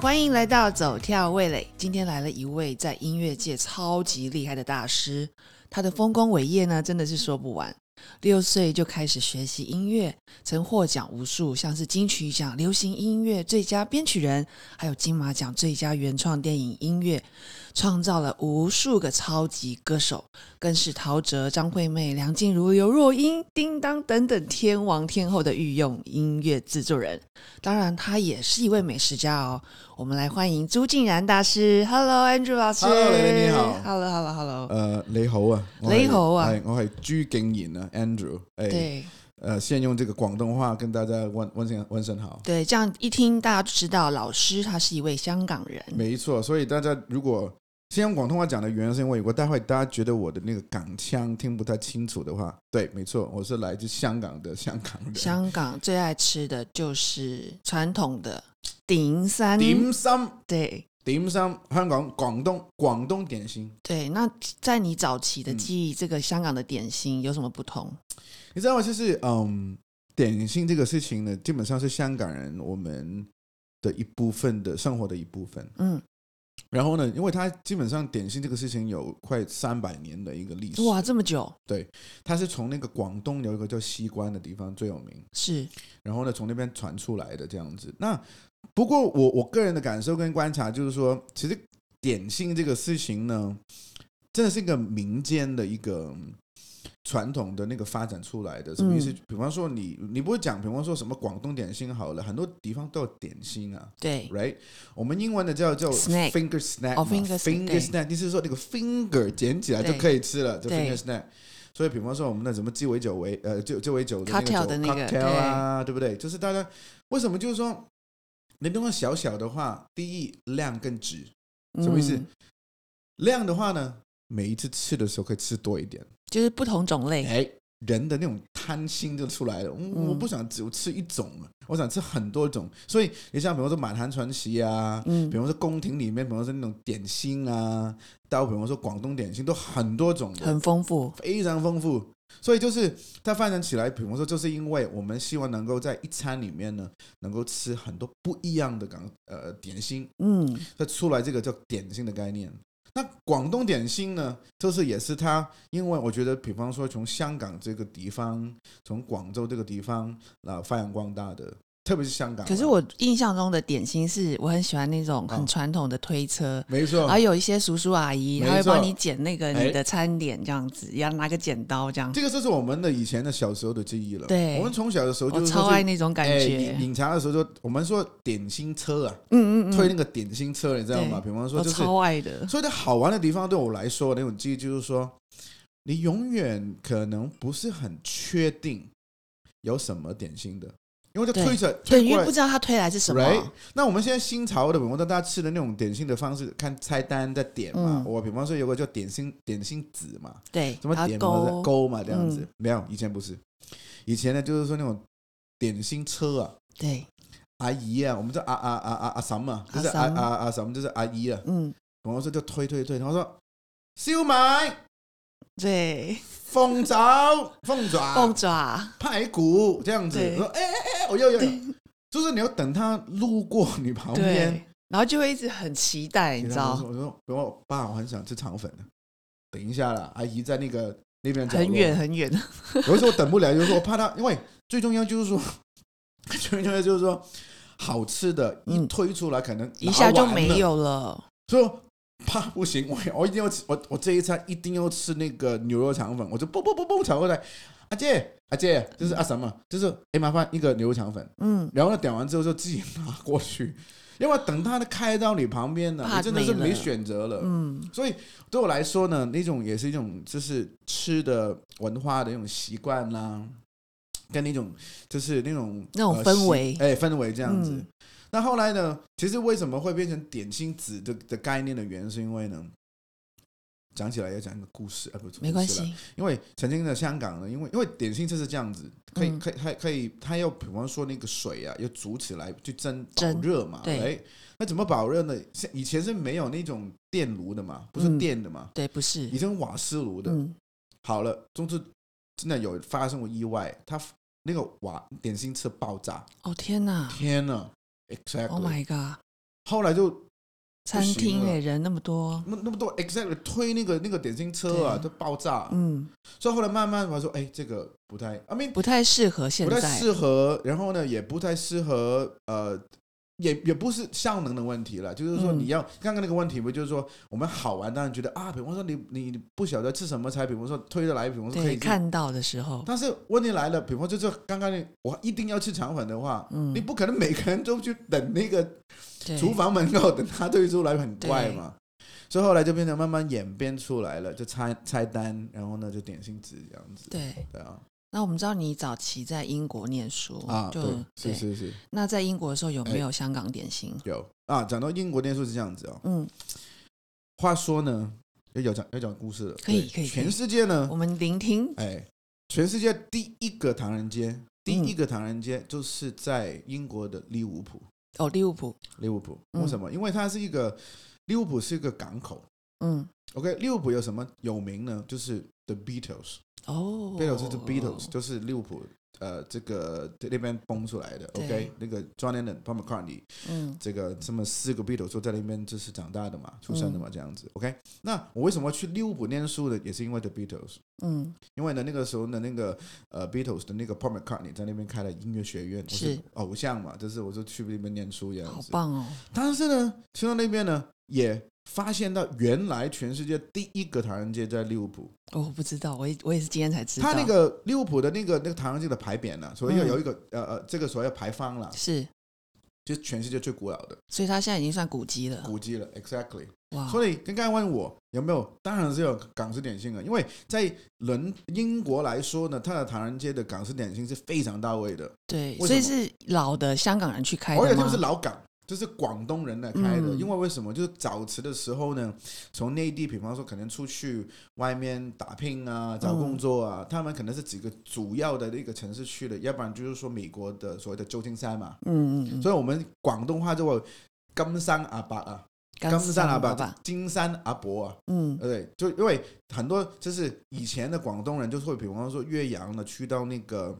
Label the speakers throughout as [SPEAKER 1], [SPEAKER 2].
[SPEAKER 1] 欢迎来到走跳味蕾。今天来了一位在音乐界超级厉害的大师，他的丰功伟业呢，真的是说不完。六岁就开始学习音乐，曾获奖无数，像是金曲奖流行音乐最佳编曲人，还有金马奖最佳原创电影音乐，创造了无数个超级歌手，更是陶喆、张惠妹、梁静茹、刘若英、叮当等等天王天后的御用音乐制作人。当然，他也是一位美食家哦。我们来欢迎朱静然大师，Hello Andrew 老师
[SPEAKER 2] Hello，蕾蕾你好
[SPEAKER 1] h e l l o Hello Hello，、
[SPEAKER 2] 誒你好啊，我係
[SPEAKER 1] 你好啊
[SPEAKER 2] 係我係朱敬賢啊，Andrew，誒，
[SPEAKER 1] 对。
[SPEAKER 2] 誒先用這個廣東話跟大家問問聲問聲好，
[SPEAKER 1] 对，这样一听大家就知道，老师他是一位香港人。
[SPEAKER 2] 没错，所以大家如果先用廣東話講的原因，是因為如果待會大家覺得我的那個港腔聽不太清楚的話，對，没錯，我是來自香港的香港人，
[SPEAKER 1] 香港最爱吃的就是传统的顶三，
[SPEAKER 2] 點心
[SPEAKER 1] 对
[SPEAKER 2] 點心，香港廣東廣東點心。
[SPEAKER 1] 对。那在你早期的
[SPEAKER 2] 嗯
[SPEAKER 1] 记忆，这个香港的点心有什么不同？
[SPEAKER 2] 你知道吗？就是嗯，点心这个事情呢，基本上是香港人我们的一部分的生活的一部分。
[SPEAKER 1] 嗯，
[SPEAKER 2] 然后呢，因为它基本上点心这个事情有快三百年的一个历史，
[SPEAKER 1] 哇，这么久
[SPEAKER 2] 它是从那个广东有一个叫西关的地方最有名，
[SPEAKER 1] 是
[SPEAKER 2] 然后呢从那边传出来的这样子。那不过我我个人的感受跟观察就是说，其实点心这个事情呢，真的是一个民间的一个。嗯传统的那个发展出来的什么意思？
[SPEAKER 1] 嗯
[SPEAKER 2] 比方说你，你不会讲，比方说什么广东点心好了，很多地方都有点心啊。
[SPEAKER 1] 对
[SPEAKER 2] right？我们英文的叫叫
[SPEAKER 1] Snack
[SPEAKER 2] finger snack，
[SPEAKER 1] 哦
[SPEAKER 2] 嘛
[SPEAKER 1] finger snack，对
[SPEAKER 2] finger snack，就是说那个 finger 捡起来就
[SPEAKER 1] 对
[SPEAKER 2] 可以吃了，就
[SPEAKER 1] 对
[SPEAKER 2] finger snack。所以，比方说我们的什么鸡尾酒为呃鸡鸡尾酒的那个
[SPEAKER 1] Cocktail
[SPEAKER 2] 酒
[SPEAKER 1] 的那个
[SPEAKER 2] cocktail 啊，对不对？就是大家为什么就是说，你东西小小的话，第一量更值，什么意思？
[SPEAKER 1] 嗯
[SPEAKER 2] 量的话呢，每一次吃的时候可以吃多一点。
[SPEAKER 1] 就是不同种类，
[SPEAKER 2] 哎，人的那种贪心就出来了。我我
[SPEAKER 1] 嗯
[SPEAKER 2] 不想只有吃一种，啊我想吃很多种。所以你像比方说满汉传奇啊，
[SPEAKER 1] 嗯
[SPEAKER 2] 比方说宫廷里面，比方说那种点心啊，到比方说广东点心都很多种的，
[SPEAKER 1] 很丰富。
[SPEAKER 2] 非常丰富。所以就是它发展起来，比方说，就是因为我们希望能够在一餐里面呢，能够吃很多不一样的港呃点心，
[SPEAKER 1] 嗯，
[SPEAKER 2] 它出来这个叫点心的概念。那广东点心呢，就是也是它，因为我觉得，比方说从香港这个地方，从广州这个地方啊、发扬光大的，特别是香港啊。
[SPEAKER 1] 可是我印象中的点心是我很喜欢那种很
[SPEAKER 2] 哦
[SPEAKER 1] 传统的推车，
[SPEAKER 2] 没错，
[SPEAKER 1] 啊还有一些叔叔阿姨，
[SPEAKER 2] 没
[SPEAKER 1] 他会帮
[SPEAKER 2] 错
[SPEAKER 1] 你捡那个
[SPEAKER 2] 哎
[SPEAKER 1] 你的餐点，这样子，要拿个剪刀这样。
[SPEAKER 2] 这个就是我们的以前的小时候的记忆了。
[SPEAKER 1] 对
[SPEAKER 2] 我们从小的时候就
[SPEAKER 1] 我
[SPEAKER 2] 是
[SPEAKER 1] 超
[SPEAKER 2] 说去
[SPEAKER 1] 爱那种感
[SPEAKER 2] 哎
[SPEAKER 1] 觉
[SPEAKER 2] 饮。饮茶的时候就我们说点心车啊，
[SPEAKER 1] 嗯嗯嗯，
[SPEAKER 2] 推那个点心车，你知道吗？比方说
[SPEAKER 1] 我
[SPEAKER 2] 就是，
[SPEAKER 1] 超爱的。
[SPEAKER 2] 所以它好玩的地方对我来说，那种记忆就是说，你永远可能不是很确定有什么点心的，因为它
[SPEAKER 1] 对
[SPEAKER 2] 推着
[SPEAKER 1] 对，
[SPEAKER 2] 推
[SPEAKER 1] 因
[SPEAKER 2] 过
[SPEAKER 1] 为
[SPEAKER 2] 来
[SPEAKER 1] 不。知道他推来是什么。
[SPEAKER 2] right？那我们现在新潮的，比方说大家吃的那种点心的方式，看菜单在点嘛
[SPEAKER 1] 嗯。
[SPEAKER 2] 我比方说有个叫点心点心纸嘛，
[SPEAKER 1] 对，
[SPEAKER 2] 什么
[SPEAKER 1] 它
[SPEAKER 2] 点
[SPEAKER 1] 勾
[SPEAKER 2] 嘛勾嘛这样子
[SPEAKER 1] 嗯，
[SPEAKER 2] 没有以前不是，以前呢就是说那种点心车啊，
[SPEAKER 1] 对，
[SPEAKER 2] 阿姨啊，我们叫阿阿阿阿阿什么，就是阿
[SPEAKER 1] 阿嬸
[SPEAKER 2] 阿阿什么，就是阿姨啊。
[SPEAKER 1] 嗯，
[SPEAKER 2] 然后说就推推推，然后说烧卖、
[SPEAKER 1] 对，
[SPEAKER 2] 凤爪、凤
[SPEAKER 1] 凤
[SPEAKER 2] 爪、
[SPEAKER 1] 爪，
[SPEAKER 2] 排骨这样子。
[SPEAKER 1] 哦对
[SPEAKER 2] 我说哎哎哎，我要要，要就是你要等他路过你旁边
[SPEAKER 1] 对，，哎然后就会一直很期待，你知
[SPEAKER 2] 然后
[SPEAKER 1] 道，
[SPEAKER 2] 我说我说我说爸，我很想吃肠粉的，等一下啦，阿姨在那个那边角落
[SPEAKER 1] 很远很远。
[SPEAKER 2] 有的时候等不了，有的时候我怕他，因为最重要就是说， 最重要就是说，好吃的一
[SPEAKER 1] 嗯
[SPEAKER 2] 推出来，可能
[SPEAKER 1] 一下
[SPEAKER 2] 拿
[SPEAKER 1] 就
[SPEAKER 2] 完
[SPEAKER 1] 没
[SPEAKER 2] 了，
[SPEAKER 1] 有了，
[SPEAKER 2] 所以我怕不行，我我一定要吃，我我这一餐一定要吃那个牛肉肠粉，我就嘣嘣嘣嘣抢过来，阿姐阿姐，就是阿什么，就是哎麻烦一个牛肉肠粉，
[SPEAKER 1] 嗯，
[SPEAKER 2] 然后呢点完之后就自己 拿过去，因为等他开到你旁边呢，
[SPEAKER 1] 怕
[SPEAKER 2] 你真的是
[SPEAKER 1] 没了
[SPEAKER 2] 没选择了，
[SPEAKER 1] 嗯，
[SPEAKER 2] 所以对我来说呢，那种也是一种就是吃的文化的那种习惯啦、跟那种就是那种
[SPEAKER 1] 那种
[SPEAKER 2] 呃
[SPEAKER 1] 氛围
[SPEAKER 2] 习哎、氛围这样子。
[SPEAKER 1] 嗯
[SPEAKER 2] 那后来呢，其实为什么会变成点心纸的的概念的原因，是因为呢，讲起来要讲一个故事，啊，不是
[SPEAKER 1] 没关，
[SPEAKER 2] 故事啦
[SPEAKER 1] 系，
[SPEAKER 2] 因为曾经的香港呢，因为因为点心就是这样子，可以
[SPEAKER 1] 嗯
[SPEAKER 2] 可以还可以，它要比方说那个水啊，要煮起来去蒸保
[SPEAKER 1] 蒸
[SPEAKER 2] 热嘛，
[SPEAKER 1] 对
[SPEAKER 2] 哎，那怎么保热呢？像以前是没有那种电炉的嘛，不是
[SPEAKER 1] 嗯
[SPEAKER 2] 电的嘛，
[SPEAKER 1] 对，不是
[SPEAKER 2] 以，前是瓦斯炉的。
[SPEAKER 1] 嗯，
[SPEAKER 2] 好了，总之真的有发生过意外，它那个瓦点心车爆炸，
[SPEAKER 1] 哦天哪
[SPEAKER 2] 天呐 e x a c t
[SPEAKER 1] ，Oh
[SPEAKER 2] l y
[SPEAKER 1] my god，
[SPEAKER 2] 后来就
[SPEAKER 1] 餐厅哎、人那么多，
[SPEAKER 2] 那那么多 exactly 推那个那个点心车啊，
[SPEAKER 1] 对
[SPEAKER 2] 都爆炸。
[SPEAKER 1] 嗯，
[SPEAKER 2] 所以后来慢慢我说，哎，这个不太，I mean
[SPEAKER 1] 不太适合现
[SPEAKER 2] 不太
[SPEAKER 1] 在。
[SPEAKER 2] 适合，然后呢也不太适合，呃，也也不是效能的问题了，就是说
[SPEAKER 1] 嗯
[SPEAKER 2] 你要、刚刚那个问题不就是说我们好玩，当然觉得啊，比方说你你你不晓得吃什么才，比方说推着来，比方说可
[SPEAKER 1] 对，
[SPEAKER 2] 以吃
[SPEAKER 1] 看到的时候，
[SPEAKER 2] 但是问题来了，比方就是刚刚你我一定要吃肠粉的话，
[SPEAKER 1] 嗯
[SPEAKER 2] 你不可能每个人都去等那个
[SPEAKER 1] 对
[SPEAKER 2] 厨房门口等他退出来，很怪嘛。所以后来就变成慢慢演变出来了，就菜菜单，然后呢就点心纸这样子。
[SPEAKER 1] 对。
[SPEAKER 2] 对啊，
[SPEAKER 1] 那我们知道你早期在英国念书
[SPEAKER 2] 啊
[SPEAKER 1] 就
[SPEAKER 2] 对，是是是
[SPEAKER 1] 那在英国的时候有没有香港点心？
[SPEAKER 2] 有啊。讲到英国念书是这样子哦。
[SPEAKER 1] 嗯，
[SPEAKER 2] 话说呢，要讲讲要讲故事了。
[SPEAKER 1] 可以可
[SPEAKER 2] 对
[SPEAKER 1] 以可以
[SPEAKER 2] 全世界
[SPEAKER 1] 我
[SPEAKER 2] 呢，
[SPEAKER 1] 们聆听。
[SPEAKER 2] 哎，全世界第一个唐人街，第一个唐人街就是在英国的利物浦。
[SPEAKER 1] 哦，利物浦，
[SPEAKER 2] 利物浦。
[SPEAKER 1] 嗯
[SPEAKER 2] 为什么？因为它是一个利物浦是一个港口。
[SPEAKER 1] 嗯，
[SPEAKER 2] OK，利物浦有什么有名呢？就是 The Beatles，Beatles、
[SPEAKER 1] 哦
[SPEAKER 2] Beatles 是 The Beatles，就是利物浦呃这个这那边蹦出来的。
[SPEAKER 1] 对
[SPEAKER 2] OK，那个 John Lennon、Paul McCartney
[SPEAKER 1] 嗯
[SPEAKER 2] 这个这么四个 Beatles 都在那边就是长大的嘛，出生的嘛，这样子。OK，那我为什么去利物浦念书的，也是因为 The Beatles。
[SPEAKER 1] 嗯，
[SPEAKER 2] 因为呢，那个时候呢，那个呃，Beatles 的那个 Paul McCartney 在那边开了音乐学院，我
[SPEAKER 1] 是
[SPEAKER 2] 偶像嘛，就是我就去那边念书这样
[SPEAKER 1] 好
[SPEAKER 2] 子。
[SPEAKER 1] 棒哦，
[SPEAKER 2] 但是呢，去到那边呢，也发现到原来全世界第一个唐人街在利物浦。
[SPEAKER 1] 哦我不知道，我也我也是今天才知道，
[SPEAKER 2] 他那个利物浦的那个那个唐人街的牌匾呢、所以要
[SPEAKER 1] 嗯
[SPEAKER 2] 有一个、呃呃，这个所谓的牌坊啦，
[SPEAKER 1] 是，
[SPEAKER 2] 就是全世界最古老的
[SPEAKER 1] 所以他现在已经算古迹了，
[SPEAKER 2] 古迹了，exactly。
[SPEAKER 1] 哇，
[SPEAKER 2] 所以刚刚问我有没有，当然是有港式点心啊了，因为在伦英国来说呢，它的唐人街的港式点心是非常到位的，
[SPEAKER 1] 对，
[SPEAKER 2] 为
[SPEAKER 1] 所以
[SPEAKER 2] 什
[SPEAKER 1] 是老的香港人去开
[SPEAKER 2] 而且
[SPEAKER 1] 的
[SPEAKER 2] 他们是
[SPEAKER 1] 吗？
[SPEAKER 2] 老港，就是广东人来开的。
[SPEAKER 1] 嗯
[SPEAKER 2] 因为为什么？就是早期的时候呢，从内地，比方说可能出去外面打拼啊、找工作啊，
[SPEAKER 1] 嗯
[SPEAKER 2] 他们可能是几个主要的那个城市去的，要不然就是说美国的所谓的旧金山嘛。
[SPEAKER 1] 嗯嗯嗯，
[SPEAKER 2] 所以我们广东话就会金山阿伯啊，金山阿
[SPEAKER 1] 爸
[SPEAKER 2] 伯
[SPEAKER 1] 爸，，
[SPEAKER 2] 金山阿伯啊，
[SPEAKER 1] 嗯，
[SPEAKER 2] 对，就因为很多就是以前的广东人，就是会比方说岳阳呢，去到那个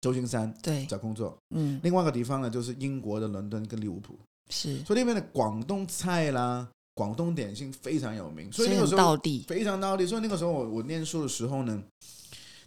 [SPEAKER 2] 旧金山
[SPEAKER 1] 对，
[SPEAKER 2] 找工作。
[SPEAKER 1] 嗯
[SPEAKER 2] 另外一个地方呢，就是英国的伦敦跟利物浦，
[SPEAKER 1] 是，
[SPEAKER 2] 所以那边的广东菜啦、广东点心非常有名。所以那个
[SPEAKER 1] 很
[SPEAKER 2] 时候
[SPEAKER 1] 道 地，
[SPEAKER 2] 非常到地，所以那个时候我我念书的时候呢，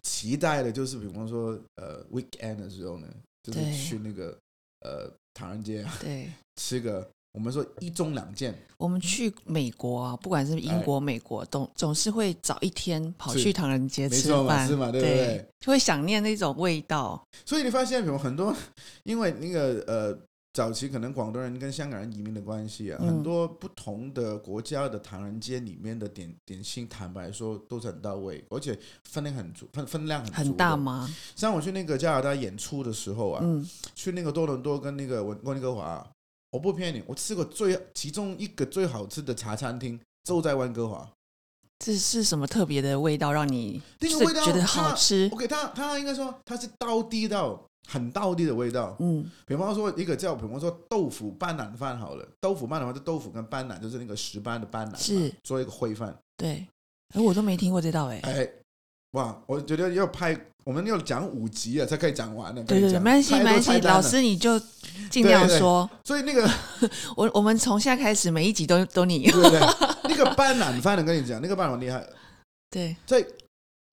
[SPEAKER 2] 期待的就是比方说呃 weekend 的时候呢，就是
[SPEAKER 1] 对
[SPEAKER 2] 去那个呃唐人街啊
[SPEAKER 1] 对。
[SPEAKER 2] 吃个我们说一盅两件，
[SPEAKER 1] 我们去美国啊，不管是英国、美国，总总是会早一天跑
[SPEAKER 2] 哎是
[SPEAKER 1] 去唐人街
[SPEAKER 2] 没
[SPEAKER 1] 吃
[SPEAKER 2] 错嘛，
[SPEAKER 1] 饭，
[SPEAKER 2] 是嘛，对不对？
[SPEAKER 1] 对，就会想念那种味道。
[SPEAKER 2] 所以你发现，比如很多， 因为那个呃，早期可能广东人跟香港人移民的关系啊，
[SPEAKER 1] 嗯
[SPEAKER 2] 很多不同的国家的唐人街里面的点点心，坦白说都是很到位，而且分量很足，分分量很足
[SPEAKER 1] 很
[SPEAKER 2] 的
[SPEAKER 1] 大？吗？
[SPEAKER 2] 像我去那个加拿大演出的时候啊，
[SPEAKER 1] 嗯，
[SPEAKER 2] 去那个多伦多跟那个温温哥华，啊我不骗你，我吃过最其中一个最好吃的茶餐厅就在温哥华。
[SPEAKER 1] 这是什么特别的味道让你
[SPEAKER 2] 那
[SPEAKER 1] 是
[SPEAKER 2] 个味道
[SPEAKER 1] 觉得
[SPEAKER 2] 它
[SPEAKER 1] 好吃？
[SPEAKER 2] OK，它它应该说它是道地到很道地的味道。
[SPEAKER 1] 嗯，
[SPEAKER 2] 比方说一个叫，比方说豆腐斑斓饭好了，豆腐斑斓饭就豆腐跟斑斓就是那个石斑的斑斓嘛，
[SPEAKER 1] 是
[SPEAKER 2] 做一个烩饭。
[SPEAKER 1] 对。哎，我都没听过这道哎。
[SPEAKER 2] 哎，哇，我觉得要拍，我们要讲五集啊，才可以讲完呢。
[SPEAKER 1] 对对对，
[SPEAKER 2] 跟你讲
[SPEAKER 1] 没关系
[SPEAKER 2] 太
[SPEAKER 1] 没
[SPEAKER 2] 多
[SPEAKER 1] 关
[SPEAKER 2] 菜
[SPEAKER 1] 系，
[SPEAKER 2] 单
[SPEAKER 1] 老
[SPEAKER 2] 了
[SPEAKER 1] 师你就尽量说。
[SPEAKER 2] 所以那个
[SPEAKER 1] 我我们从现在开始每一集都都你
[SPEAKER 2] 对不对？那个斑斓饭，我跟你讲，那个斑斓厉害。
[SPEAKER 1] 对，
[SPEAKER 2] 在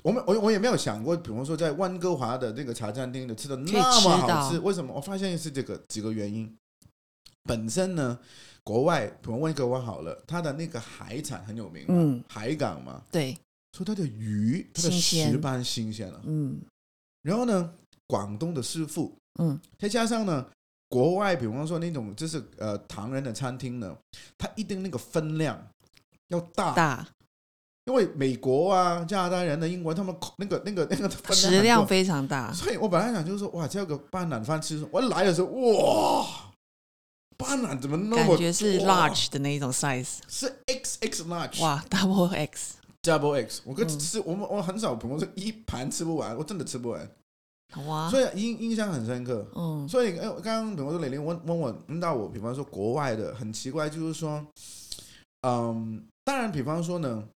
[SPEAKER 2] 我们我我也没有想过，比方说在温哥华的那个茶餐厅的吃的
[SPEAKER 1] 以
[SPEAKER 2] 那么
[SPEAKER 1] 吃到
[SPEAKER 2] 好吃，为什么？我发现是这个几个原因。本身呢，国外比如温哥华好了，它的那个海产很有名嘛，
[SPEAKER 1] 嗯
[SPEAKER 2] 海港嘛，
[SPEAKER 1] 对，
[SPEAKER 2] 所以它的鱼它的
[SPEAKER 1] 新鲜
[SPEAKER 2] 石斑新鲜了。
[SPEAKER 1] 嗯
[SPEAKER 2] 然后呢，广东的师傅，
[SPEAKER 1] 嗯，
[SPEAKER 2] 再加上呢，国外比方说那种就是呃唐人的餐厅呢，它一定那个分量要大，
[SPEAKER 1] 大
[SPEAKER 2] 因为美国啊、加拿大人的、英国他们口那个那个那个分量很
[SPEAKER 1] 食量
[SPEAKER 2] 多。
[SPEAKER 1] 非常大，
[SPEAKER 2] 所以我本来想就是说，哇，这个斑斓饭吃，我来的时候，哇，斑斓怎么那
[SPEAKER 1] 感
[SPEAKER 2] 么
[SPEAKER 1] 觉是
[SPEAKER 2] 哇
[SPEAKER 1] large 的那一种 size，
[SPEAKER 2] 是 X X large
[SPEAKER 1] 哇，double X，
[SPEAKER 2] double X，我跟
[SPEAKER 1] 嗯
[SPEAKER 2] 吃、我们我很少，比方说一盘吃不完，我真的吃不完。
[SPEAKER 1] 好啊
[SPEAKER 2] 所，以印印象很深刻。
[SPEAKER 1] 嗯
[SPEAKER 2] 所以，哎，我刚刚比方说磊玲问问我问到我，比方说国外的很奇怪，就是说，嗯，当然，比方说呢，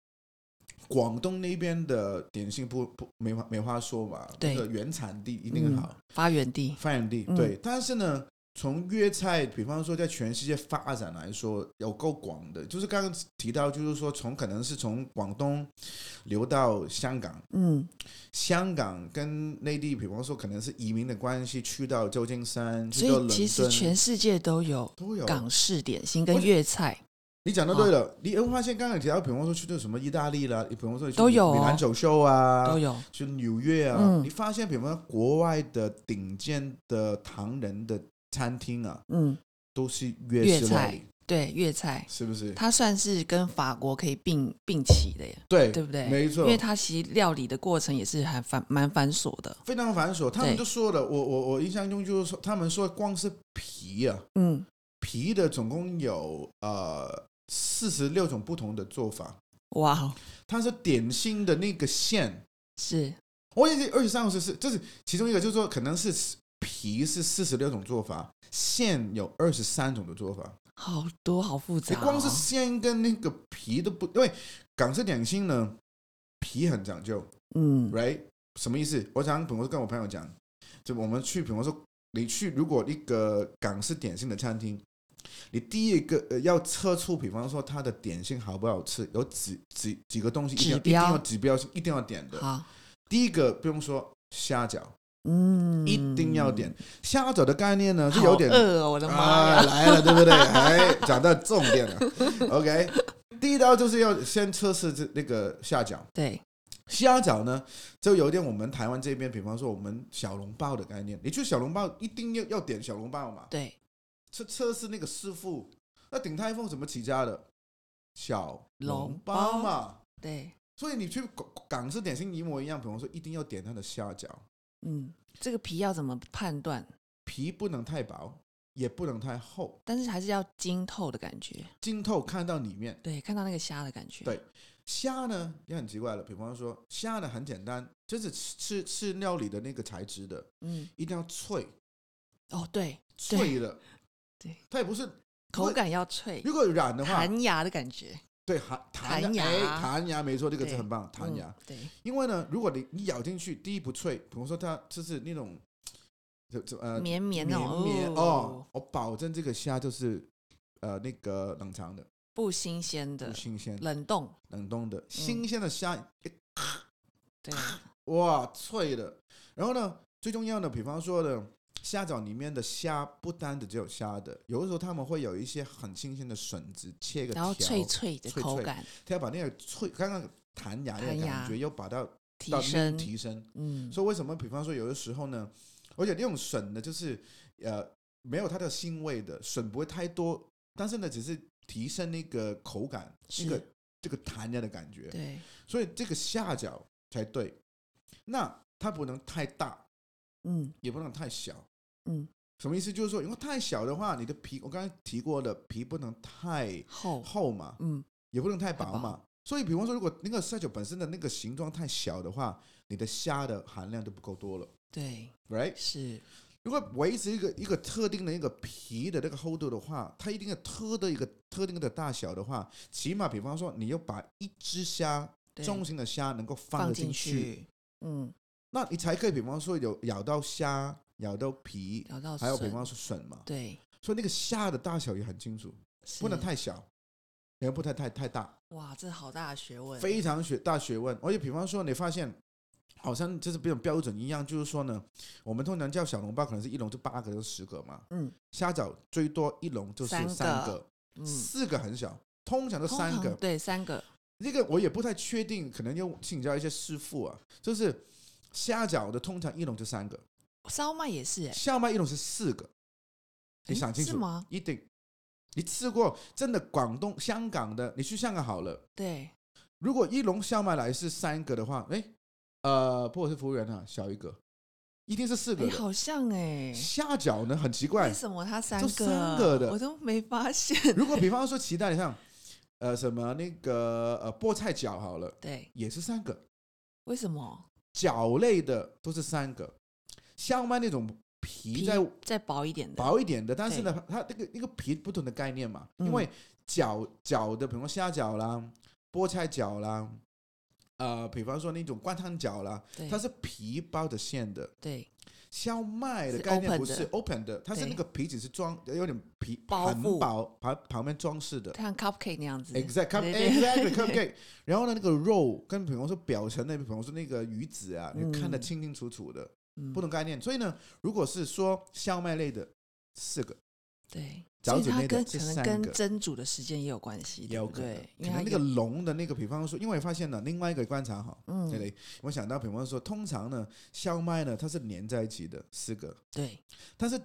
[SPEAKER 2] 广东那边的点心不不没话没话说嘛，
[SPEAKER 1] 对
[SPEAKER 2] 那个原产地一定好，
[SPEAKER 1] 发源地，
[SPEAKER 2] 发源地
[SPEAKER 1] 嗯
[SPEAKER 2] 对，但是呢，从粤菜，比方说在全世界发展来说，有够广的。就是刚刚提到，就是说从可能是从广东流到香港，
[SPEAKER 1] 嗯，
[SPEAKER 2] 香港跟内地，比方说可能是移民的关系，去到旧金山，去
[SPEAKER 1] 所
[SPEAKER 2] 到伦
[SPEAKER 1] 以
[SPEAKER 2] 敦，
[SPEAKER 1] 其实全世界都有
[SPEAKER 2] 都有。
[SPEAKER 1] 港式点心跟粤菜，
[SPEAKER 2] 你讲的对了，
[SPEAKER 1] 哦
[SPEAKER 2] 你会发现刚才提到，比方说去到什么意大利啦，比方说去
[SPEAKER 1] 都有哦
[SPEAKER 2] 米兰走秀啊，
[SPEAKER 1] 都有，
[SPEAKER 2] 去纽约啊，
[SPEAKER 1] 嗯
[SPEAKER 2] 你发现，比方说国外的顶尖的唐人的餐厅啊，
[SPEAKER 1] 嗯，
[SPEAKER 2] 都是粤
[SPEAKER 1] 粤
[SPEAKER 2] 式
[SPEAKER 1] 菜
[SPEAKER 2] 料理，
[SPEAKER 1] 对，粤菜，
[SPEAKER 2] 是不是？
[SPEAKER 1] 它算是跟法国可以并并起的耶，
[SPEAKER 2] 对
[SPEAKER 1] 对不对？
[SPEAKER 2] 没错，
[SPEAKER 1] 因为它其实料理的过程也是还繁蛮繁琐的，
[SPEAKER 2] 非常繁琐。他们
[SPEAKER 1] 对
[SPEAKER 2] 就说了，我我我印象中就是说，他们说光是皮啊，
[SPEAKER 1] 嗯，
[SPEAKER 2] 皮的总共有呃四十六种不同的做法，
[SPEAKER 1] 哇哦，
[SPEAKER 2] 它是点心的那个馅，
[SPEAKER 1] 是，
[SPEAKER 2] 我也是二十三是是，这是其中一个，就是说可能是皮是四十六种做法，馅有二十三种的做法。
[SPEAKER 1] 好多好复
[SPEAKER 2] 你
[SPEAKER 1] 杂、哦，
[SPEAKER 2] 光是馅跟那个皮都不，因为港式点心呢，皮很讲究
[SPEAKER 1] 嗯
[SPEAKER 2] ，right？什么意思？我常比如说跟我朋友讲，就我们去，比如说你去，如果一个港式点心的餐厅，你第一个、呃、要测出，比方说它的点心好不好吃，有几几几个东西一定要
[SPEAKER 1] 指标
[SPEAKER 2] 一定要指标是一定要点的。
[SPEAKER 1] 好，
[SPEAKER 2] 第一个不用说虾饺。
[SPEAKER 1] 嗯，
[SPEAKER 2] 一定要点。虾饺的概念呢是
[SPEAKER 1] 好
[SPEAKER 2] 有点
[SPEAKER 1] 饿哦，我的妈呀，
[SPEAKER 2] 啊来了，对不对？哎，讲到重点了。OK，第一道就是要先测试这那个虾饺。
[SPEAKER 1] 对，
[SPEAKER 2] 虾饺呢，就有点我们台湾这边，比方说我们小笼包的概念。你去小笼包一定要要点小笼包嘛，
[SPEAKER 1] 对，
[SPEAKER 2] 测测试那个师傅。那鼎泰丰怎么起家的？小笼包嘛。
[SPEAKER 1] 对，
[SPEAKER 2] 所以你去港港式点心一模一样，比方说一定要点它的虾饺，
[SPEAKER 1] 嗯，这个皮要怎么判断？
[SPEAKER 2] 皮不能太薄，也不能太厚。
[SPEAKER 1] 但是还是要晶透的感觉，
[SPEAKER 2] 浸透看到里面。
[SPEAKER 1] 对，看到那个虾的感觉，
[SPEAKER 2] 对虾呢也很奇怪了，比方说虾呢很简单，就是吃吃吃料理的那个材质的，
[SPEAKER 1] 嗯，
[SPEAKER 2] 一定要脆
[SPEAKER 1] 哦，对，对
[SPEAKER 2] 脆的，
[SPEAKER 1] 对，
[SPEAKER 2] 它也不是
[SPEAKER 1] 口。感要脆，
[SPEAKER 2] 如果如果软的话，
[SPEAKER 1] 弹牙的感觉，
[SPEAKER 2] 对弹弹
[SPEAKER 1] 弹牙
[SPEAKER 2] 哎弹牙没错，这个字
[SPEAKER 1] 对
[SPEAKER 2] 很棒，弹
[SPEAKER 1] 嗯
[SPEAKER 2] 牙。，
[SPEAKER 1] 对，
[SPEAKER 2] 因为呢，如果你你咬进去，第一不脆，比方说它就是那种，就就呃
[SPEAKER 1] 绵绵那种，
[SPEAKER 2] 绵哦，，我保证这个虾就是呃那个冷藏的，
[SPEAKER 1] 不新鲜
[SPEAKER 2] 不
[SPEAKER 1] 的，
[SPEAKER 2] 新鲜，
[SPEAKER 1] 冷 嗯冻，
[SPEAKER 2] 冷冻的，新鲜的虾一
[SPEAKER 1] 对，
[SPEAKER 2] 哇，脆的。然后呢，最重要的，比方说呢，虾饺里面的虾不单只只有虾的，有的时候他们会有一些很新鲜的笋子，切个
[SPEAKER 1] 然后
[SPEAKER 2] 条
[SPEAKER 1] 脆脆的
[SPEAKER 2] 脆
[SPEAKER 1] 口
[SPEAKER 2] 脆
[SPEAKER 1] 感
[SPEAKER 2] 他要把那个脆刚刚弹牙的
[SPEAKER 1] 弹
[SPEAKER 2] 感
[SPEAKER 1] 牙
[SPEAKER 2] 觉，又把它
[SPEAKER 1] 提
[SPEAKER 2] 到那
[SPEAKER 1] 升，
[SPEAKER 2] 提升。
[SPEAKER 1] 嗯，
[SPEAKER 2] 所以为什么，比方说有的时候呢，而且那种笋呢，就是呃没有它的腥味的，笋不会太多，但是呢，只是提升那个口感，那
[SPEAKER 1] 是
[SPEAKER 2] 个这个弹牙的感觉。
[SPEAKER 1] 对，
[SPEAKER 2] 所以这个下角才对。那它不能太大，
[SPEAKER 1] 嗯
[SPEAKER 2] 也不能太小。
[SPEAKER 1] 嗯，
[SPEAKER 2] 什么意思？就是说，因为太小的话，你的皮，我刚才提过的皮不能太
[SPEAKER 1] 厚，
[SPEAKER 2] 厚嘛，
[SPEAKER 1] 嗯，
[SPEAKER 2] 也不能太薄
[SPEAKER 1] 太
[SPEAKER 2] 嘛。所以，比方说，如果那个虾饺本身的那个形状太小的话，你的虾的含量就不够多了
[SPEAKER 1] 对，
[SPEAKER 2] ，right？
[SPEAKER 1] 是，
[SPEAKER 2] 如果维持一个一个特定的一个皮的那个厚度的话，它一定要特的一个特定的大小的话，起码比方说，你要把一只虾
[SPEAKER 1] 对
[SPEAKER 2] 中型的虾能够放
[SPEAKER 1] 放
[SPEAKER 2] 得进去，
[SPEAKER 1] 去，嗯，
[SPEAKER 2] 那你才可以，比方说有咬到虾、咬到皮，
[SPEAKER 1] 聊到
[SPEAKER 2] 还有比
[SPEAKER 1] 笋
[SPEAKER 2] 方说笋嘛，
[SPEAKER 1] 对，
[SPEAKER 2] 所以那个虾的大小也很清楚，不能
[SPEAKER 1] 是
[SPEAKER 2] 太小，也不太太太大，
[SPEAKER 1] 哇，这好大的学问，
[SPEAKER 2] 非常学大学问。而且比方说，你发现好像就是这种标准一样，就是说呢，我们通常叫小笼包，可能是一笼就八个就十个嘛，
[SPEAKER 1] 嗯
[SPEAKER 2] 虾饺最多一笼就是
[SPEAKER 1] 三
[SPEAKER 2] 三
[SPEAKER 1] 个
[SPEAKER 2] 个，
[SPEAKER 1] 嗯，
[SPEAKER 2] 四个很小，通常都
[SPEAKER 1] 通
[SPEAKER 2] 三
[SPEAKER 1] 常
[SPEAKER 2] 个，
[SPEAKER 1] 对，三个，
[SPEAKER 2] 这个我也不太确定，可能要请教一些师傅啊，就是虾饺的通常一笼就三个。
[SPEAKER 1] 烧麦也是，哎，
[SPEAKER 2] 下麦一笼是四个，你
[SPEAKER 1] 诶
[SPEAKER 2] 想清
[SPEAKER 1] 是
[SPEAKER 2] 楚
[SPEAKER 1] 吗？
[SPEAKER 2] 一定。你吃过真的广东、香港的？你去香港好了，
[SPEAKER 1] 对，
[SPEAKER 2] 如果一笼下麦来是三个的话，哎，呃，不过我是服务员啊，小一个，一定是四个
[SPEAKER 1] 哎，
[SPEAKER 2] 的。
[SPEAKER 1] 好像哎，
[SPEAKER 2] 虾饺呢，很奇怪
[SPEAKER 1] 为。什么它三
[SPEAKER 2] 就
[SPEAKER 1] 个？啊
[SPEAKER 2] 三个的
[SPEAKER 1] 我都没发现。
[SPEAKER 2] 如果比方说其他的像，呃，什么那个呃菠菜饺好了，
[SPEAKER 1] 对，
[SPEAKER 2] 也是三个，
[SPEAKER 1] 为什么
[SPEAKER 2] 饺类的都是三个，香麦那种皮在
[SPEAKER 1] 再薄一点的？
[SPEAKER 2] 薄一点的，但是呢，它那个那个皮不同的概念嘛，
[SPEAKER 1] 嗯
[SPEAKER 2] 因为饺饺的，比如说虾饺啦、菠菜饺啦，呃，比方说那种灌汤饺啦，
[SPEAKER 1] 对
[SPEAKER 2] 它是皮包着馅的，
[SPEAKER 1] 对
[SPEAKER 2] 消麦的
[SPEAKER 1] 是
[SPEAKER 2] 概
[SPEAKER 1] open
[SPEAKER 2] 念不是
[SPEAKER 1] 的
[SPEAKER 2] open 的，它是
[SPEAKER 1] 对
[SPEAKER 2] 那个皮只是装有点皮
[SPEAKER 1] 包
[SPEAKER 2] 很
[SPEAKER 1] 覆
[SPEAKER 2] 薄旁旁边装饰的。
[SPEAKER 1] 像 cupcake 那样子
[SPEAKER 2] Exact cup,
[SPEAKER 1] 对
[SPEAKER 2] exactly cupcake。然后呢，那个肉跟比方说表层那，比方说那个鱼子啊，你
[SPEAKER 1] 嗯
[SPEAKER 2] 看得清清楚楚的，
[SPEAKER 1] 嗯
[SPEAKER 2] 不同概念。所以呢，如果是说消麦类的，四个
[SPEAKER 1] 嗯对，
[SPEAKER 2] 饺
[SPEAKER 1] 所以
[SPEAKER 2] 子
[SPEAKER 1] 它
[SPEAKER 2] 类的
[SPEAKER 1] 跟
[SPEAKER 2] 这
[SPEAKER 1] 可能
[SPEAKER 2] 三
[SPEAKER 1] 跟
[SPEAKER 2] 个
[SPEAKER 1] 蒸煮的时间也有关系，
[SPEAKER 2] 也
[SPEAKER 1] 对
[SPEAKER 2] 有
[SPEAKER 1] 不
[SPEAKER 2] 可能
[SPEAKER 1] 对，，因为
[SPEAKER 2] 可
[SPEAKER 1] 它
[SPEAKER 2] 能那个龙的那个，比方说，因为我发现了另外一个观察哈，
[SPEAKER 1] 嗯
[SPEAKER 2] 这里我想到，比方说，通常呢，烧麦呢它是连在一起的四个，
[SPEAKER 1] 对，
[SPEAKER 2] 但是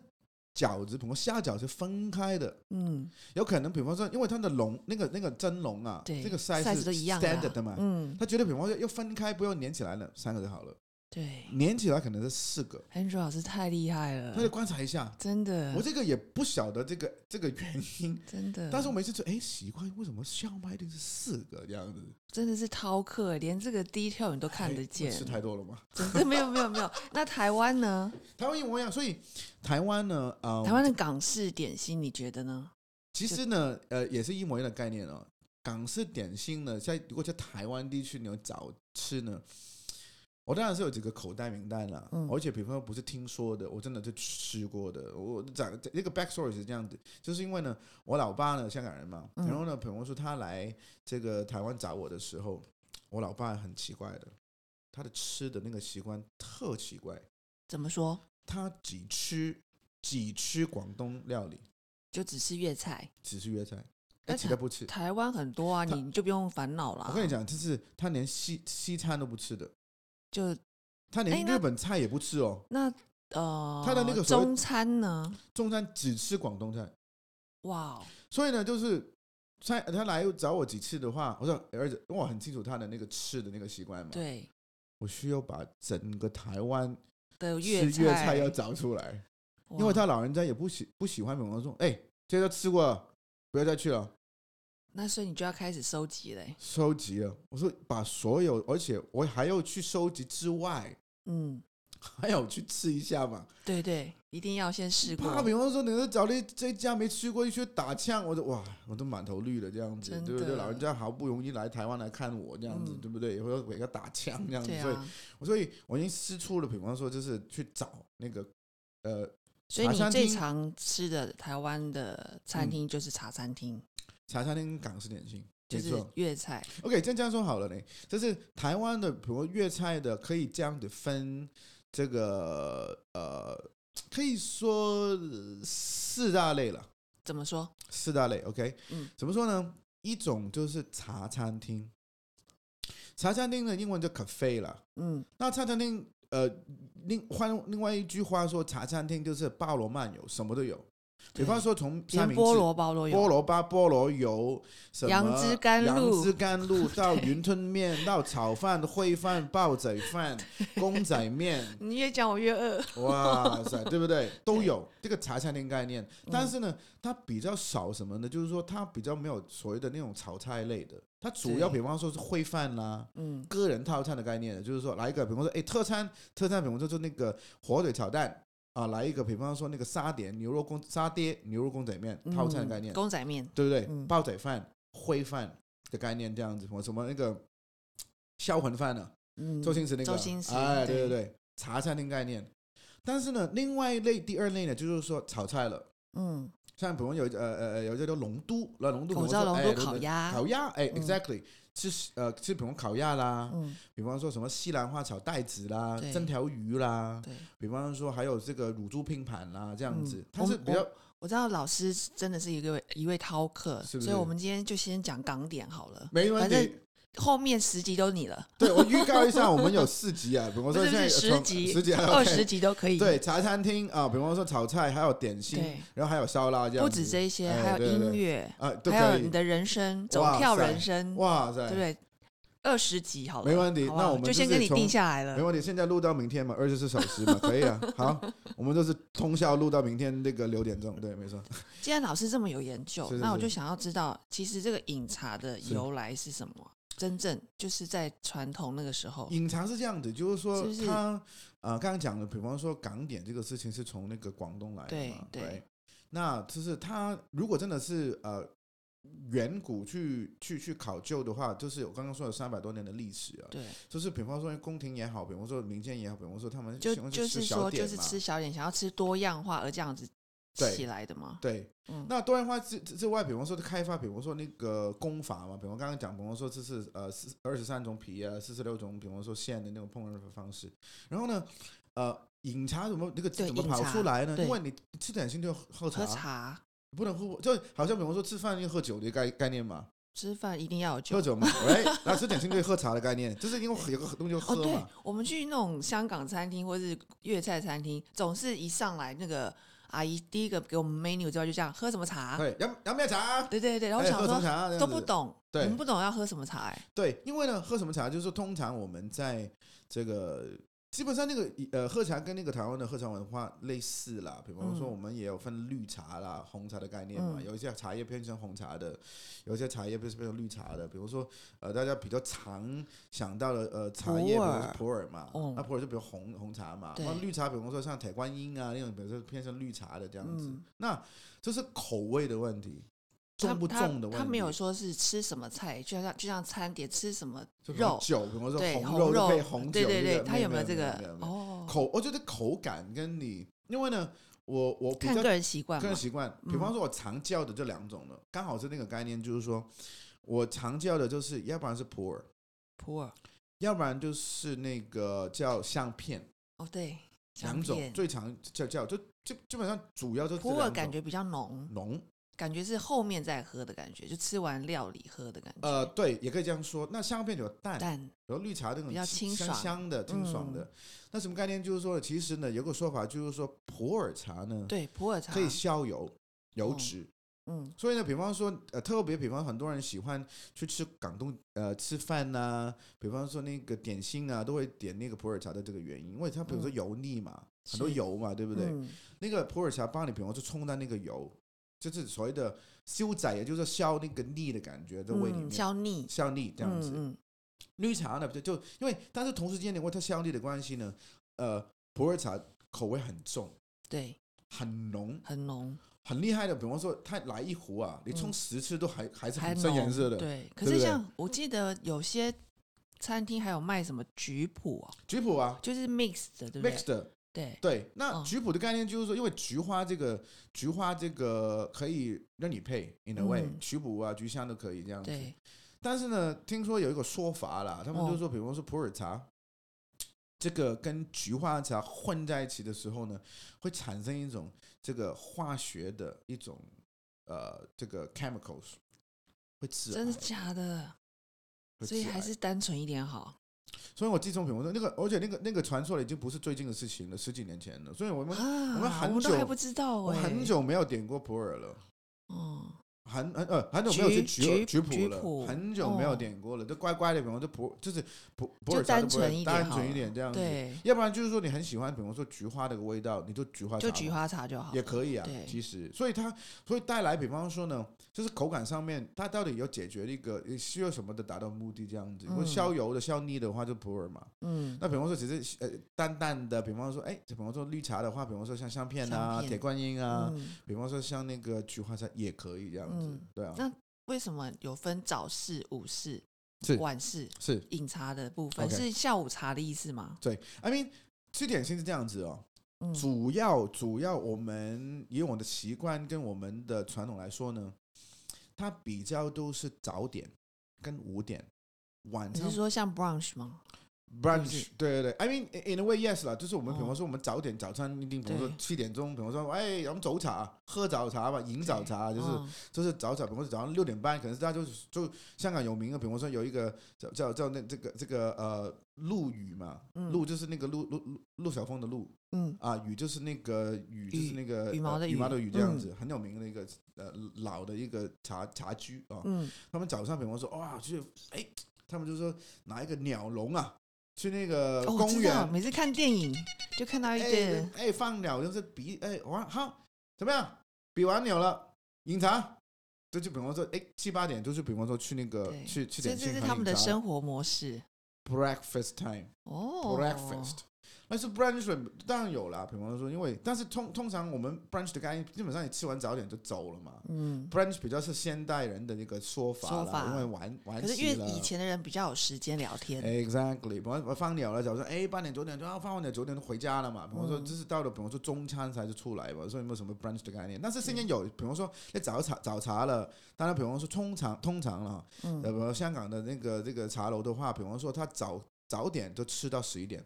[SPEAKER 2] 饺子，比如虾饺是分开的，
[SPEAKER 1] 嗯，
[SPEAKER 2] 有可能，比方说，因为它的龙那个那个蒸笼啊，
[SPEAKER 1] 对，
[SPEAKER 2] 这个
[SPEAKER 1] size
[SPEAKER 2] 是
[SPEAKER 1] 都一样啦
[SPEAKER 2] standard 的嘛，
[SPEAKER 1] 嗯，
[SPEAKER 2] 他觉得比方说要分开，不要粘起来了，三个就好了，
[SPEAKER 1] 对
[SPEAKER 2] 粘起来可能是四个，
[SPEAKER 1] ，Andrew 老师太厉害
[SPEAKER 2] 他就
[SPEAKER 1] 了，
[SPEAKER 2] 观察一下。
[SPEAKER 1] 真的
[SPEAKER 2] 我，这个也不晓得这个这个原因，
[SPEAKER 1] 真的，
[SPEAKER 2] 但是我每次说，哎，奇怪，为什么烧麦店是四个这样子？
[SPEAKER 1] 真的是饕客，连这个 detail 你都看得见
[SPEAKER 2] 哎，吃太多了嘛？
[SPEAKER 1] 真的没 有没有没有。那台湾呢？
[SPEAKER 2] 台湾一模一样，所以台湾呢，呃，
[SPEAKER 1] 台湾的港式点心，你觉得呢？
[SPEAKER 2] 其实呢，呃，也是一模一样的概念哦。港式点心呢，在如果在台湾地区你要找吃呢，我当然是有几个口袋名单啦，
[SPEAKER 1] 嗯
[SPEAKER 2] 而且比方说不是听说的，我真的是吃过的。我讲这个 backstory 是这样子，就是因为呢，我老爸呢香港人嘛，
[SPEAKER 1] 嗯
[SPEAKER 2] 然后呢，比方说他来这个台湾找我的时候，我老爸很奇怪的，他的吃的那个习惯特奇怪，
[SPEAKER 1] 怎么说？
[SPEAKER 2] 他只吃只吃广东料理，
[SPEAKER 1] 就只吃粤菜，
[SPEAKER 2] 只吃粤菜，
[SPEAKER 1] 那
[SPEAKER 2] 哎其他不吃。
[SPEAKER 1] 台湾很多啊，
[SPEAKER 2] 他
[SPEAKER 1] 你你就不用烦恼啦。
[SPEAKER 2] 我跟你，讲，就是他连西西餐都不吃的，
[SPEAKER 1] 就
[SPEAKER 2] 他
[SPEAKER 1] 哎
[SPEAKER 2] 连
[SPEAKER 1] 那
[SPEAKER 2] 日本菜也不吃哦，
[SPEAKER 1] 那呃，
[SPEAKER 2] 他的那个所谓
[SPEAKER 1] 中餐呢？
[SPEAKER 2] 中餐只吃广东菜。
[SPEAKER 1] 哇哦，
[SPEAKER 2] 所以呢，就是他他来找我几次的话，我说儿子，因为我很清楚他的那个吃的那个习惯嘛，
[SPEAKER 1] 对
[SPEAKER 2] 我需要把整个台湾
[SPEAKER 1] 的
[SPEAKER 2] 吃
[SPEAKER 1] 菜，
[SPEAKER 2] 粤菜要找出来，
[SPEAKER 1] 哇
[SPEAKER 2] 因为他老人家也不喜不喜欢美国说，哎，这都吃过了，不要再去了。
[SPEAKER 1] 那所以你就要开始收集嘞。
[SPEAKER 2] 收集了，我说把所有，而且我还要去收集之外，
[SPEAKER 1] 嗯，
[SPEAKER 2] 还要去吃一下嘛。
[SPEAKER 1] 对对，一定要先试过。
[SPEAKER 2] 怕比方说，你都找了一这一家没吃过，一去打枪，我就哇，我都满头绿了这样子
[SPEAKER 1] 真，的
[SPEAKER 2] 对不对？老人家好不容易来台湾来看我这样子，
[SPEAKER 1] 嗯
[SPEAKER 2] 对不对？或者给他打枪这样子，
[SPEAKER 1] 对
[SPEAKER 2] 所以
[SPEAKER 1] 啊，
[SPEAKER 2] 我所以我已经试出了，比方说就是去找那个呃
[SPEAKER 1] 所以
[SPEAKER 2] 茶
[SPEAKER 1] 你
[SPEAKER 2] 餐
[SPEAKER 1] 最
[SPEAKER 2] 厅
[SPEAKER 1] 常吃的台湾的餐厅就是茶餐厅，
[SPEAKER 2] 茶餐厅港式点心，
[SPEAKER 1] 就
[SPEAKER 2] 没
[SPEAKER 1] 是
[SPEAKER 2] 错。
[SPEAKER 1] 粤菜。
[SPEAKER 2] OK，这样这样说好了呢，就是台湾的，比如粤菜的，可以这样子分这个呃，可以说呃四大类了。
[SPEAKER 1] 怎么说？
[SPEAKER 2] 四大类，OK，
[SPEAKER 1] 嗯
[SPEAKER 2] 怎么说呢？一种就是茶餐厅，茶餐厅的英文叫 cafe 啦。
[SPEAKER 1] 嗯，
[SPEAKER 2] 那茶餐厅，呃，另换另外一句话说，茶餐厅就是包罗万有，什么都有。比
[SPEAKER 1] 对
[SPEAKER 2] 方说从三
[SPEAKER 1] 连
[SPEAKER 2] 明治、
[SPEAKER 1] 菠萝包都有，
[SPEAKER 2] 菠萝包、菠萝油、什么
[SPEAKER 1] 杨枝甘露
[SPEAKER 2] 杨枝甘露到云吞面， 到炒饭、烩饭、煲仔饭、公仔面，
[SPEAKER 1] 你越讲我越饿。
[SPEAKER 2] 哇塞，对不 对？都有这个茶餐厅概念，
[SPEAKER 1] 嗯
[SPEAKER 2] 但是呢，它比较少什么呢？就是说，它比较没有所谓的那种炒菜类的，它主要
[SPEAKER 1] 对
[SPEAKER 2] 比方说是烩饭啦。
[SPEAKER 1] 嗯，
[SPEAKER 2] 个人套餐的概念的，就是说来一个，比方说，哎，特餐，特餐，比方说就那个火腿炒蛋啊，来一个，比方说那个沙爹牛肉公沙爹牛肉公仔面套餐的概念
[SPEAKER 1] 嗯，公仔面，
[SPEAKER 2] 对不对？
[SPEAKER 1] 嗯
[SPEAKER 2] 煲仔饭、烩饭的概念这样子，什么什么那个销魂饭啊呢、
[SPEAKER 1] 嗯，
[SPEAKER 2] 周星驰那个，
[SPEAKER 1] 周星驰
[SPEAKER 2] 哎，
[SPEAKER 1] 对
[SPEAKER 2] 对对对，茶餐厅概念。但是呢，另外一类第二类呢，就是说炒菜了，
[SPEAKER 1] 嗯，
[SPEAKER 2] 像比如有呃呃呃有一个叫龙都，那龙都，
[SPEAKER 1] 口罩
[SPEAKER 2] 比方说
[SPEAKER 1] 龙
[SPEAKER 2] 哎
[SPEAKER 1] 都
[SPEAKER 2] 对对
[SPEAKER 1] 烤鸭，
[SPEAKER 2] 烤鸭，哎
[SPEAKER 1] 嗯
[SPEAKER 2] ，exactly，吃呃吃比方烤鸭啦，
[SPEAKER 1] 嗯，
[SPEAKER 2] 比方说什么西兰花炒带子啦
[SPEAKER 1] 对，
[SPEAKER 2] 蒸条鱼啦，
[SPEAKER 1] 对，
[SPEAKER 2] 比方说还有这个乳猪拼盘啦，这样子
[SPEAKER 1] 嗯，
[SPEAKER 2] 它是
[SPEAKER 1] 我
[SPEAKER 2] 比较
[SPEAKER 1] 我知道老师真的是一个一位饕客，
[SPEAKER 2] 是不是
[SPEAKER 1] 所以我们今天就先讲港点好了，
[SPEAKER 2] 没问
[SPEAKER 1] 反正
[SPEAKER 2] 题。
[SPEAKER 1] 后面十集都你 了，
[SPEAKER 2] 对我预告一下，我们有四集 啊，比方说
[SPEAKER 1] 不是
[SPEAKER 2] 现在
[SPEAKER 1] 不是
[SPEAKER 2] 从
[SPEAKER 1] 十集
[SPEAKER 2] 十集还有
[SPEAKER 1] 二十集都可以。
[SPEAKER 2] 对茶餐厅啊，比方说炒菜，还有点心
[SPEAKER 1] 对，
[SPEAKER 2] 然后还有烧腊这
[SPEAKER 1] 不
[SPEAKER 2] 样子，
[SPEAKER 1] 止这一些，
[SPEAKER 2] 哎
[SPEAKER 1] 还有
[SPEAKER 2] 对对
[SPEAKER 1] 音乐，
[SPEAKER 2] 啊，都
[SPEAKER 1] 还
[SPEAKER 2] 可
[SPEAKER 1] 有你
[SPEAKER 2] 以。
[SPEAKER 1] 的人生走
[SPEAKER 2] 哇
[SPEAKER 1] 跳
[SPEAKER 2] 塞
[SPEAKER 1] 人生，
[SPEAKER 2] 哇塞，
[SPEAKER 1] 对不啊对？二十集好了，
[SPEAKER 2] 没问题
[SPEAKER 1] 好不好
[SPEAKER 2] 那我们
[SPEAKER 1] 就先
[SPEAKER 2] 就是
[SPEAKER 1] 跟你
[SPEAKER 2] 从
[SPEAKER 1] 定下来
[SPEAKER 2] 没
[SPEAKER 1] 了。
[SPEAKER 2] 问题。现在录到明天嘛，二十四小时 嘛，可以啊。好，我们都是通宵录到明天那个六点钟，对，没错。
[SPEAKER 1] 既然老师这么有研究，
[SPEAKER 2] 是是
[SPEAKER 1] 那我
[SPEAKER 2] 是
[SPEAKER 1] 就想要知道，其实这个饮茶的
[SPEAKER 2] 是
[SPEAKER 1] 由来是什么？真正就是在传统那个时候，
[SPEAKER 2] 隐藏是这样子，就是说
[SPEAKER 1] 是不是
[SPEAKER 2] 他呃刚刚讲的，比方说港点这个事情是从那个广东来的嘛，
[SPEAKER 1] 对对
[SPEAKER 2] 那就是他如果真的是呃远古去去去考究的话，就是我刚刚说的三百多年的历史啊，
[SPEAKER 1] 对，
[SPEAKER 2] 就是比方说宫廷也好，比方说民间也好，比方说他们
[SPEAKER 1] 就
[SPEAKER 2] 喜欢去
[SPEAKER 1] 就
[SPEAKER 2] 吃
[SPEAKER 1] 是
[SPEAKER 2] 小
[SPEAKER 1] 说
[SPEAKER 2] 点
[SPEAKER 1] 就是
[SPEAKER 2] 嘛
[SPEAKER 1] 吃小点，想要吃多样化而这样子
[SPEAKER 2] 对
[SPEAKER 1] 起来的嘛。
[SPEAKER 2] 对，
[SPEAKER 1] 嗯
[SPEAKER 2] 那多元化之之之外，比方说开发，比方说那个功法嘛，比方刚刚讲，比方说这是呃四二十三种皮啊，四十六种，比方说线的那种烹饪方式。然后呢，呃，饮茶怎么那个
[SPEAKER 1] 对
[SPEAKER 2] 怎么
[SPEAKER 1] 饮
[SPEAKER 2] 跑
[SPEAKER 1] 茶
[SPEAKER 2] 出来呢？
[SPEAKER 1] 对
[SPEAKER 2] 因为你吃点心就要喝
[SPEAKER 1] 喝茶、
[SPEAKER 2] 不能喝，就好像比方说吃饭要喝酒的概概念嘛，
[SPEAKER 1] 吃饭一定要有酒
[SPEAKER 2] 喝。酒 嘛，喂，那吃点心就喝茶的概念，就是因为有个东西就
[SPEAKER 1] 哦，
[SPEAKER 2] 喝
[SPEAKER 1] 对
[SPEAKER 2] 嘛，，
[SPEAKER 1] 我们去那种香港餐厅或是粤菜餐厅，总是一上来那个阿姨第一个给我们 menu 之后就这样喝什么茶，
[SPEAKER 2] 哦对，要要不要茶？
[SPEAKER 1] 对对对，然后
[SPEAKER 2] 哎
[SPEAKER 1] 想
[SPEAKER 2] 喝什么
[SPEAKER 1] 说
[SPEAKER 2] 茶这样
[SPEAKER 1] 都不
[SPEAKER 2] 子
[SPEAKER 1] 懂，
[SPEAKER 2] 对
[SPEAKER 1] 我们不懂要喝什么茶，哎，
[SPEAKER 2] 对，因为呢，喝什么茶，就是说通常我们在这个基本上那个呃喝茶跟那个台湾的喝茶文化类似啦，比方说
[SPEAKER 1] 嗯
[SPEAKER 2] 我们也有分绿茶啦、红茶的概念嘛，
[SPEAKER 1] 嗯
[SPEAKER 2] 有一些茶叶变成红茶的，有一些茶叶变成变成绿茶的，比如说呃大家比较常想到的呃茶叶，
[SPEAKER 1] 普
[SPEAKER 2] 比如
[SPEAKER 1] 洱
[SPEAKER 2] 说普洱嘛，那、
[SPEAKER 1] 嗯
[SPEAKER 2] 普洱就比较红红茶嘛，
[SPEAKER 1] 对
[SPEAKER 2] 那绿茶比方说像铁观音啊那种，比如说偏向绿茶的这样子，
[SPEAKER 1] 嗯
[SPEAKER 2] 那这是口味的问题。
[SPEAKER 1] 他
[SPEAKER 2] 重不
[SPEAKER 1] 他
[SPEAKER 2] 重的问题，
[SPEAKER 1] 他没有说是吃什么菜，就像就像餐点吃什么
[SPEAKER 2] 就比如
[SPEAKER 1] 肉
[SPEAKER 2] 酒，比方说
[SPEAKER 1] 对
[SPEAKER 2] 红肉
[SPEAKER 1] 肉
[SPEAKER 2] 配红酒，
[SPEAKER 1] 对对
[SPEAKER 2] 这
[SPEAKER 1] 对，
[SPEAKER 2] 个
[SPEAKER 1] 他有没有这
[SPEAKER 2] 有
[SPEAKER 1] 个
[SPEAKER 2] 没有没有
[SPEAKER 1] 哦？
[SPEAKER 2] 口？我觉得口感跟你，因为呢，我我比
[SPEAKER 1] 看
[SPEAKER 2] 较
[SPEAKER 1] 个人习惯
[SPEAKER 2] 个
[SPEAKER 1] 嘛嗯
[SPEAKER 2] 人，习惯，比方说我常叫的这两种的，刚好是那个概念，就是说我常叫的就是，要不然是普洱，
[SPEAKER 1] 普洱
[SPEAKER 2] 要不然就是那个叫香片，
[SPEAKER 1] 哦对，
[SPEAKER 2] 两
[SPEAKER 1] 香
[SPEAKER 2] 种
[SPEAKER 1] 片
[SPEAKER 2] 最常叫叫，就基基本上主要就这
[SPEAKER 1] 普洱
[SPEAKER 2] 两
[SPEAKER 1] 感
[SPEAKER 2] 种嗯
[SPEAKER 1] 觉比较浓，
[SPEAKER 2] 浓，
[SPEAKER 1] 感觉是后面再喝的感觉，就吃完料理喝的感觉，
[SPEAKER 2] 呃，嗯对，也可以这样说。那香片有淡，
[SPEAKER 1] 但
[SPEAKER 2] 然后绿茶那种
[SPEAKER 1] 比较
[SPEAKER 2] 清
[SPEAKER 1] 清
[SPEAKER 2] 香
[SPEAKER 1] 爽嗯
[SPEAKER 2] 香的、清爽的。那什么概念？就是说，其实呢，有个说法就是说，普洱茶呢
[SPEAKER 1] 对普洱茶
[SPEAKER 2] 可以消油、油脂。
[SPEAKER 1] 嗯
[SPEAKER 2] 所以呢，比方说，呃，特别比方很多人喜欢去吃广东呃吃饭呐、比方说那个点心啊，都会点那个普洱茶的这个原因，因为它比如说
[SPEAKER 1] 嗯
[SPEAKER 2] 油腻嘛，很多
[SPEAKER 1] 是
[SPEAKER 2] 油嘛，对不对？
[SPEAKER 1] 嗯
[SPEAKER 2] 那个普洱茶帮你，比方说冲淡那个油。就是所谓的消仔，也就是消那个腻的感觉在胃里面，
[SPEAKER 1] 嗯消腻
[SPEAKER 2] 消腻这样子。
[SPEAKER 1] 嗯嗯
[SPEAKER 2] 绿茶呢，就就因为但是同时间因为它香腻的关系呢，呃，普洱茶口味很重、
[SPEAKER 1] 对，
[SPEAKER 2] 很浓、
[SPEAKER 1] 很浓，
[SPEAKER 2] 很厉害的。比方说，它来一壶啊，你冲
[SPEAKER 1] 嗯
[SPEAKER 2] 十次都还还是
[SPEAKER 1] 还
[SPEAKER 2] 很深
[SPEAKER 1] 浓
[SPEAKER 2] 颜色的。
[SPEAKER 1] 对，可是
[SPEAKER 2] 对不对
[SPEAKER 1] 像我记得有些餐厅还有卖什么菊普哦，
[SPEAKER 2] 菊普啊
[SPEAKER 1] 就是 mix 的，对不对？
[SPEAKER 2] ，mixed
[SPEAKER 1] 对，
[SPEAKER 2] 对。那
[SPEAKER 1] 嗯
[SPEAKER 2] 菊普的概念就是说，因为菊花这个菊花这个可以让你配 in a way，
[SPEAKER 1] 嗯
[SPEAKER 2] 菊普啊、菊香都可以这样子。
[SPEAKER 1] 对，
[SPEAKER 2] 但是呢，听说有一个说法
[SPEAKER 1] 哦
[SPEAKER 2] 啦，他们就说，比方说普洱茶，这个跟菊花茶混在一起的时候呢，会产生一种这个化学的一种呃这个 chemicals，会致
[SPEAKER 1] 真
[SPEAKER 2] 癌
[SPEAKER 1] 的，假的？
[SPEAKER 2] 会
[SPEAKER 1] 所以
[SPEAKER 2] 致
[SPEAKER 1] 还
[SPEAKER 2] 癌
[SPEAKER 1] 是单纯一点好。
[SPEAKER 2] 所以我自从比方说那个，而且那个那个传说了已经不是最近的事情了，十几年前了，所以我们、
[SPEAKER 1] 啊，
[SPEAKER 2] 们很
[SPEAKER 1] 都还
[SPEAKER 2] 久
[SPEAKER 1] 不知道
[SPEAKER 2] 我
[SPEAKER 1] 哎、
[SPEAKER 2] 很，久没有点过普洱了。
[SPEAKER 1] 嗯，
[SPEAKER 2] 很很呃很久没有去
[SPEAKER 1] 菊
[SPEAKER 2] 菊
[SPEAKER 1] 菊
[SPEAKER 2] 菊谱
[SPEAKER 1] 菊谱
[SPEAKER 2] 了，很久没有
[SPEAKER 1] 哦
[SPEAKER 2] 点过了，就乖乖的，比方说普就是普普
[SPEAKER 1] 就
[SPEAKER 2] 洱茶
[SPEAKER 1] 单
[SPEAKER 2] 都不会
[SPEAKER 1] 纯一点
[SPEAKER 2] 单
[SPEAKER 1] 好
[SPEAKER 2] 纯一
[SPEAKER 1] 了
[SPEAKER 2] 点这样子，
[SPEAKER 1] 对，
[SPEAKER 2] 要不然就是说你很喜欢，比方说菊花的味道，你就菊花茶
[SPEAKER 1] 就
[SPEAKER 2] 嘛
[SPEAKER 1] 菊花茶就好
[SPEAKER 2] 也。可以啊
[SPEAKER 1] 对，
[SPEAKER 2] 其实，所以它所以带来，比方说呢，就是口感上面，它到底有解决一个需要什么的达到目的这样子，因为
[SPEAKER 1] 嗯
[SPEAKER 2] 消油的消腻的话就普洱嘛，
[SPEAKER 1] 嗯，
[SPEAKER 2] 那比方说只是呃淡淡的，比方说哎，比方说绿茶的话，比方说像香片
[SPEAKER 1] 香
[SPEAKER 2] 啊、
[SPEAKER 1] 片
[SPEAKER 2] 铁观音啊，
[SPEAKER 1] 嗯，
[SPEAKER 2] 比方说像那个菊花茶也可以这样子
[SPEAKER 1] 嗯，
[SPEAKER 2] 对啊。
[SPEAKER 1] 那为什么有分早市、午市
[SPEAKER 2] 是、
[SPEAKER 1] 晚市？
[SPEAKER 2] 是
[SPEAKER 1] 饮茶的部分
[SPEAKER 2] OK
[SPEAKER 1] 是下午茶的意思吗？
[SPEAKER 2] ，I mean，吃点心是这样子哦。
[SPEAKER 1] 嗯，
[SPEAKER 2] 主要主要，我们以我的习惯跟我们的传统来说呢，它比较都是早点跟五点，晚
[SPEAKER 1] 你
[SPEAKER 2] 上
[SPEAKER 1] 是说像 brunch 吗？
[SPEAKER 2] brunch
[SPEAKER 1] 是
[SPEAKER 2] 对对对，I mean in a way yes 啦，就是我们
[SPEAKER 1] 哦
[SPEAKER 2] 比方说我们早点早餐一定，比方说
[SPEAKER 1] 对
[SPEAKER 2] 七点钟，比方说哎我们早茶喝早茶吧，饮早茶就是
[SPEAKER 1] 嗯
[SPEAKER 2] 就是早早，比方说早上六点半，可能是大家就就香港有名的，比方说有一个叫叫叫那这个这个呃陆羽嘛，
[SPEAKER 1] 嗯
[SPEAKER 2] 陆就是那个陆陆陆陆小凤的陆
[SPEAKER 1] 嗯，
[SPEAKER 2] 啊，羽就是那个羽就是那个
[SPEAKER 1] 羽毛的嗯
[SPEAKER 2] 呃
[SPEAKER 1] 羽
[SPEAKER 2] 羽毛的羽这样子，很有名的一个呃老的一个茶茶居啊，
[SPEAKER 1] 嗯，
[SPEAKER 2] 他们早上比方说哇去哎，他们就说拿一个鸟笼啊去那个
[SPEAKER 1] 哦我
[SPEAKER 2] 呃公
[SPEAKER 1] 知
[SPEAKER 2] 园
[SPEAKER 1] 道，每次看电影就看到一堆
[SPEAKER 2] 哎
[SPEAKER 1] 人，
[SPEAKER 2] 哎，放鸟就是比哎玩好怎么样？比完鸟了，饮茶。这就比方说，哎，七八点就是比方说去那个
[SPEAKER 1] 对
[SPEAKER 2] 去去
[SPEAKER 1] 这
[SPEAKER 2] 点
[SPEAKER 1] 这
[SPEAKER 2] 心
[SPEAKER 1] 是
[SPEAKER 2] 行
[SPEAKER 1] 他们的
[SPEAKER 2] 饮茶
[SPEAKER 1] 生活模式
[SPEAKER 2] breakfast time
[SPEAKER 1] 哦。
[SPEAKER 2] breakfast，、但是 brunch 的当然有啦，比方说，因为但是通通常我们 brunch 的概念，基本上你吃完早点就走了嘛。
[SPEAKER 1] 嗯，
[SPEAKER 2] brunch 比较是现代人的那个说法啦，
[SPEAKER 1] 说法
[SPEAKER 2] 因为晚晚
[SPEAKER 1] 可是因
[SPEAKER 2] 起
[SPEAKER 1] 为
[SPEAKER 2] 了。哎
[SPEAKER 1] 以前的人比较有时间聊天，
[SPEAKER 2] Exactly，比方说放鸟了，假如说哎八点九点就要放完鸟九点就回家了嘛。比方
[SPEAKER 1] 嗯
[SPEAKER 2] 说，就是到了比方说中餐才是出来吧，所以没有什么 brunch 的概念。但是
[SPEAKER 1] 嗯
[SPEAKER 2] 现在有，比方说那早茶早茶了，当然比方说通常通常了，
[SPEAKER 1] 嗯
[SPEAKER 2] 呃，比如香港的那个这个茶楼的话，比方说他早早点就吃到十一点，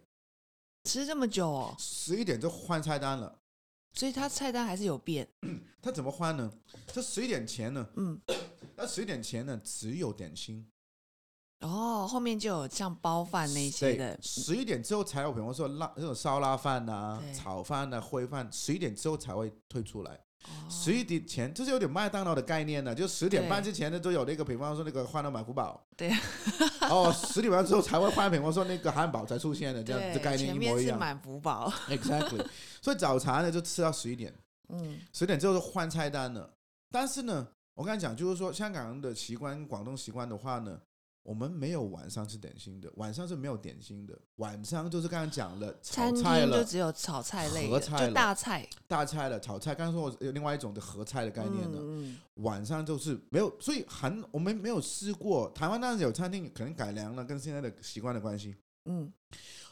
[SPEAKER 1] 吃这么久哦，
[SPEAKER 2] 十一点就换菜单了。
[SPEAKER 1] 所以他菜单还是有变。
[SPEAKER 2] 他怎么换呢？这十一点前呢？
[SPEAKER 1] 嗯，
[SPEAKER 2] 那十一点前呢，只有点心。
[SPEAKER 1] 哦，后面就有像包饭那些
[SPEAKER 2] 对
[SPEAKER 1] 的，，
[SPEAKER 2] 十一点之后才有，比方说辣那种烧腊饭呐、
[SPEAKER 1] 对
[SPEAKER 2] 炒饭呐、烩饭，十一点之后才会推出来。
[SPEAKER 1] 哦
[SPEAKER 2] 十一点前就是有点麦当劳的概念呢、就十点半之前呢都有那个，比方说那个欢乐满福宝，
[SPEAKER 1] 对，
[SPEAKER 2] 哦，十点半之后才会换，比方说那个汉堡才出现的，这样
[SPEAKER 1] 哦对
[SPEAKER 2] 子概念
[SPEAKER 1] 前
[SPEAKER 2] 一
[SPEAKER 1] 面
[SPEAKER 2] 模一
[SPEAKER 1] 是
[SPEAKER 2] 样
[SPEAKER 1] 满福宝，
[SPEAKER 2] ，exactly。所以早茶呢就吃到十一点，
[SPEAKER 1] 嗯，
[SPEAKER 2] 十点之后就换菜单了。但是呢，我刚才讲就是说，香港人的习惯、广东习惯的话呢，我们没有晚上吃点心的，晚上是没有点心的，晚上就是刚刚讲了炒
[SPEAKER 1] 餐
[SPEAKER 2] 菜
[SPEAKER 1] 厅就
[SPEAKER 2] 了、
[SPEAKER 1] 只有炒菜类
[SPEAKER 2] 合
[SPEAKER 1] 的，
[SPEAKER 2] 菜了
[SPEAKER 1] 就大菜嗯
[SPEAKER 2] 大菜了、炒菜。刚才说我有另外一种的合菜的概念呢，
[SPEAKER 1] 嗯，嗯
[SPEAKER 2] 晚上就是没有，所以韩我们没有试过。台湾当然有餐厅可能改良了，跟现在的习惯的关系，
[SPEAKER 1] 嗯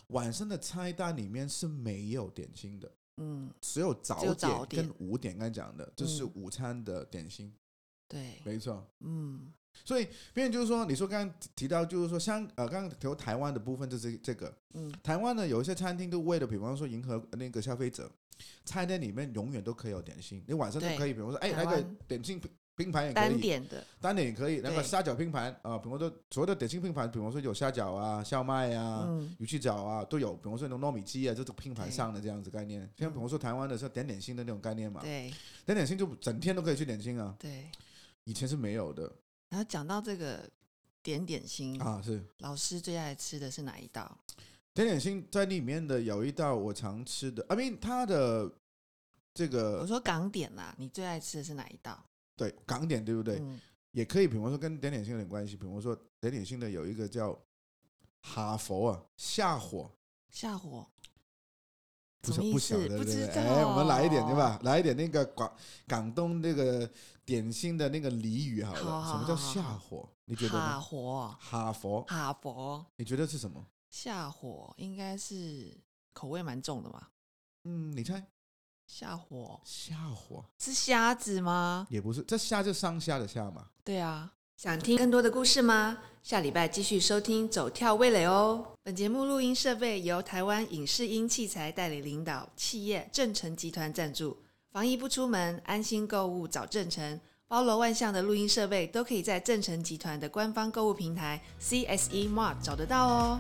[SPEAKER 2] 晚上的菜单里面是没有点心的。
[SPEAKER 1] 嗯，
[SPEAKER 2] 只有
[SPEAKER 1] 只有
[SPEAKER 2] 早
[SPEAKER 1] 早
[SPEAKER 2] 点
[SPEAKER 1] 点
[SPEAKER 2] 跟五点，刚才讲的，这是
[SPEAKER 1] 嗯
[SPEAKER 2] 午餐的点心，
[SPEAKER 1] 对，
[SPEAKER 2] 没错。
[SPEAKER 1] 嗯
[SPEAKER 2] 所以，变成就是说，你说刚刚提到，就是说香呃，刚刚提到台湾的部分，就是这个
[SPEAKER 1] 嗯，
[SPEAKER 2] 台湾呢，有一些餐厅都为了，比方说迎合那个消费者，菜单里面永远都可以有点心，你晚上都
[SPEAKER 1] 对
[SPEAKER 2] 可以，比方说，哎，
[SPEAKER 1] 台
[SPEAKER 2] 那
[SPEAKER 1] 湾
[SPEAKER 2] 个点心拼拼盘也可
[SPEAKER 1] 单
[SPEAKER 2] 以，
[SPEAKER 1] 点的，
[SPEAKER 2] 单点也可以，那个
[SPEAKER 1] 对
[SPEAKER 2] 虾饺拼盘啊、呃比方说所有的点心拼盘，比方说有虾饺啊、烧麦啊、
[SPEAKER 1] 嗯
[SPEAKER 2] 鱼翅饺啊都有，比方说那种糯米鸡啊，就是拼盘上的这样子概念。像比方说台湾的是点点心的那种概念嘛，
[SPEAKER 1] 对
[SPEAKER 2] 点点心就整天都可以去点心啊，
[SPEAKER 1] 对。
[SPEAKER 2] 以前是没有的
[SPEAKER 1] 然后讲到这个点点心，
[SPEAKER 2] 啊，是。
[SPEAKER 1] 老师最爱吃的是哪一道？
[SPEAKER 2] 点点心在里面的有一道我常吃的，I mean 它的这
[SPEAKER 1] 我
[SPEAKER 2] 个
[SPEAKER 1] 说港点啦，你最爱吃的是哪一道？
[SPEAKER 2] 对港点对不对？
[SPEAKER 1] 嗯
[SPEAKER 2] 也可以，比方说跟点点心有点关系，比方说点点心的有一个叫哈佛啊，下火。
[SPEAKER 1] 下火，
[SPEAKER 2] 不
[SPEAKER 1] 什
[SPEAKER 2] 晓
[SPEAKER 1] 么意
[SPEAKER 2] 不晓
[SPEAKER 1] 思？
[SPEAKER 2] 得，
[SPEAKER 1] 不
[SPEAKER 2] 对
[SPEAKER 1] 知
[SPEAKER 2] 对？
[SPEAKER 1] 道。
[SPEAKER 2] 哎，我们来一点对？吧？来一点那个广广东那个点心的那个俚语好了。
[SPEAKER 1] 好好
[SPEAKER 2] 什么叫
[SPEAKER 1] 好好
[SPEAKER 2] 下火？你觉得
[SPEAKER 1] 哈
[SPEAKER 2] 呢？
[SPEAKER 1] 火，
[SPEAKER 2] 哈佛，
[SPEAKER 1] 哈佛，
[SPEAKER 2] 你觉得是什么？
[SPEAKER 1] 下火应该是口味蛮重的嘛。
[SPEAKER 2] 嗯，你猜
[SPEAKER 1] 下火
[SPEAKER 2] 下火
[SPEAKER 1] 是虾子吗？
[SPEAKER 2] 也不是，这虾就上虾的虾嘛。
[SPEAKER 1] 对啊。想听更多的故事吗？下礼拜继续收听《走跳味蕾》哦。本节目录音设备由台湾影视音器材代理领导企业正成集团赞助。防疫不出门，安心购物找正成。包罗万象的录音设备都可以在正成集团的官方购物平台 CSE Mart E 找得到哦。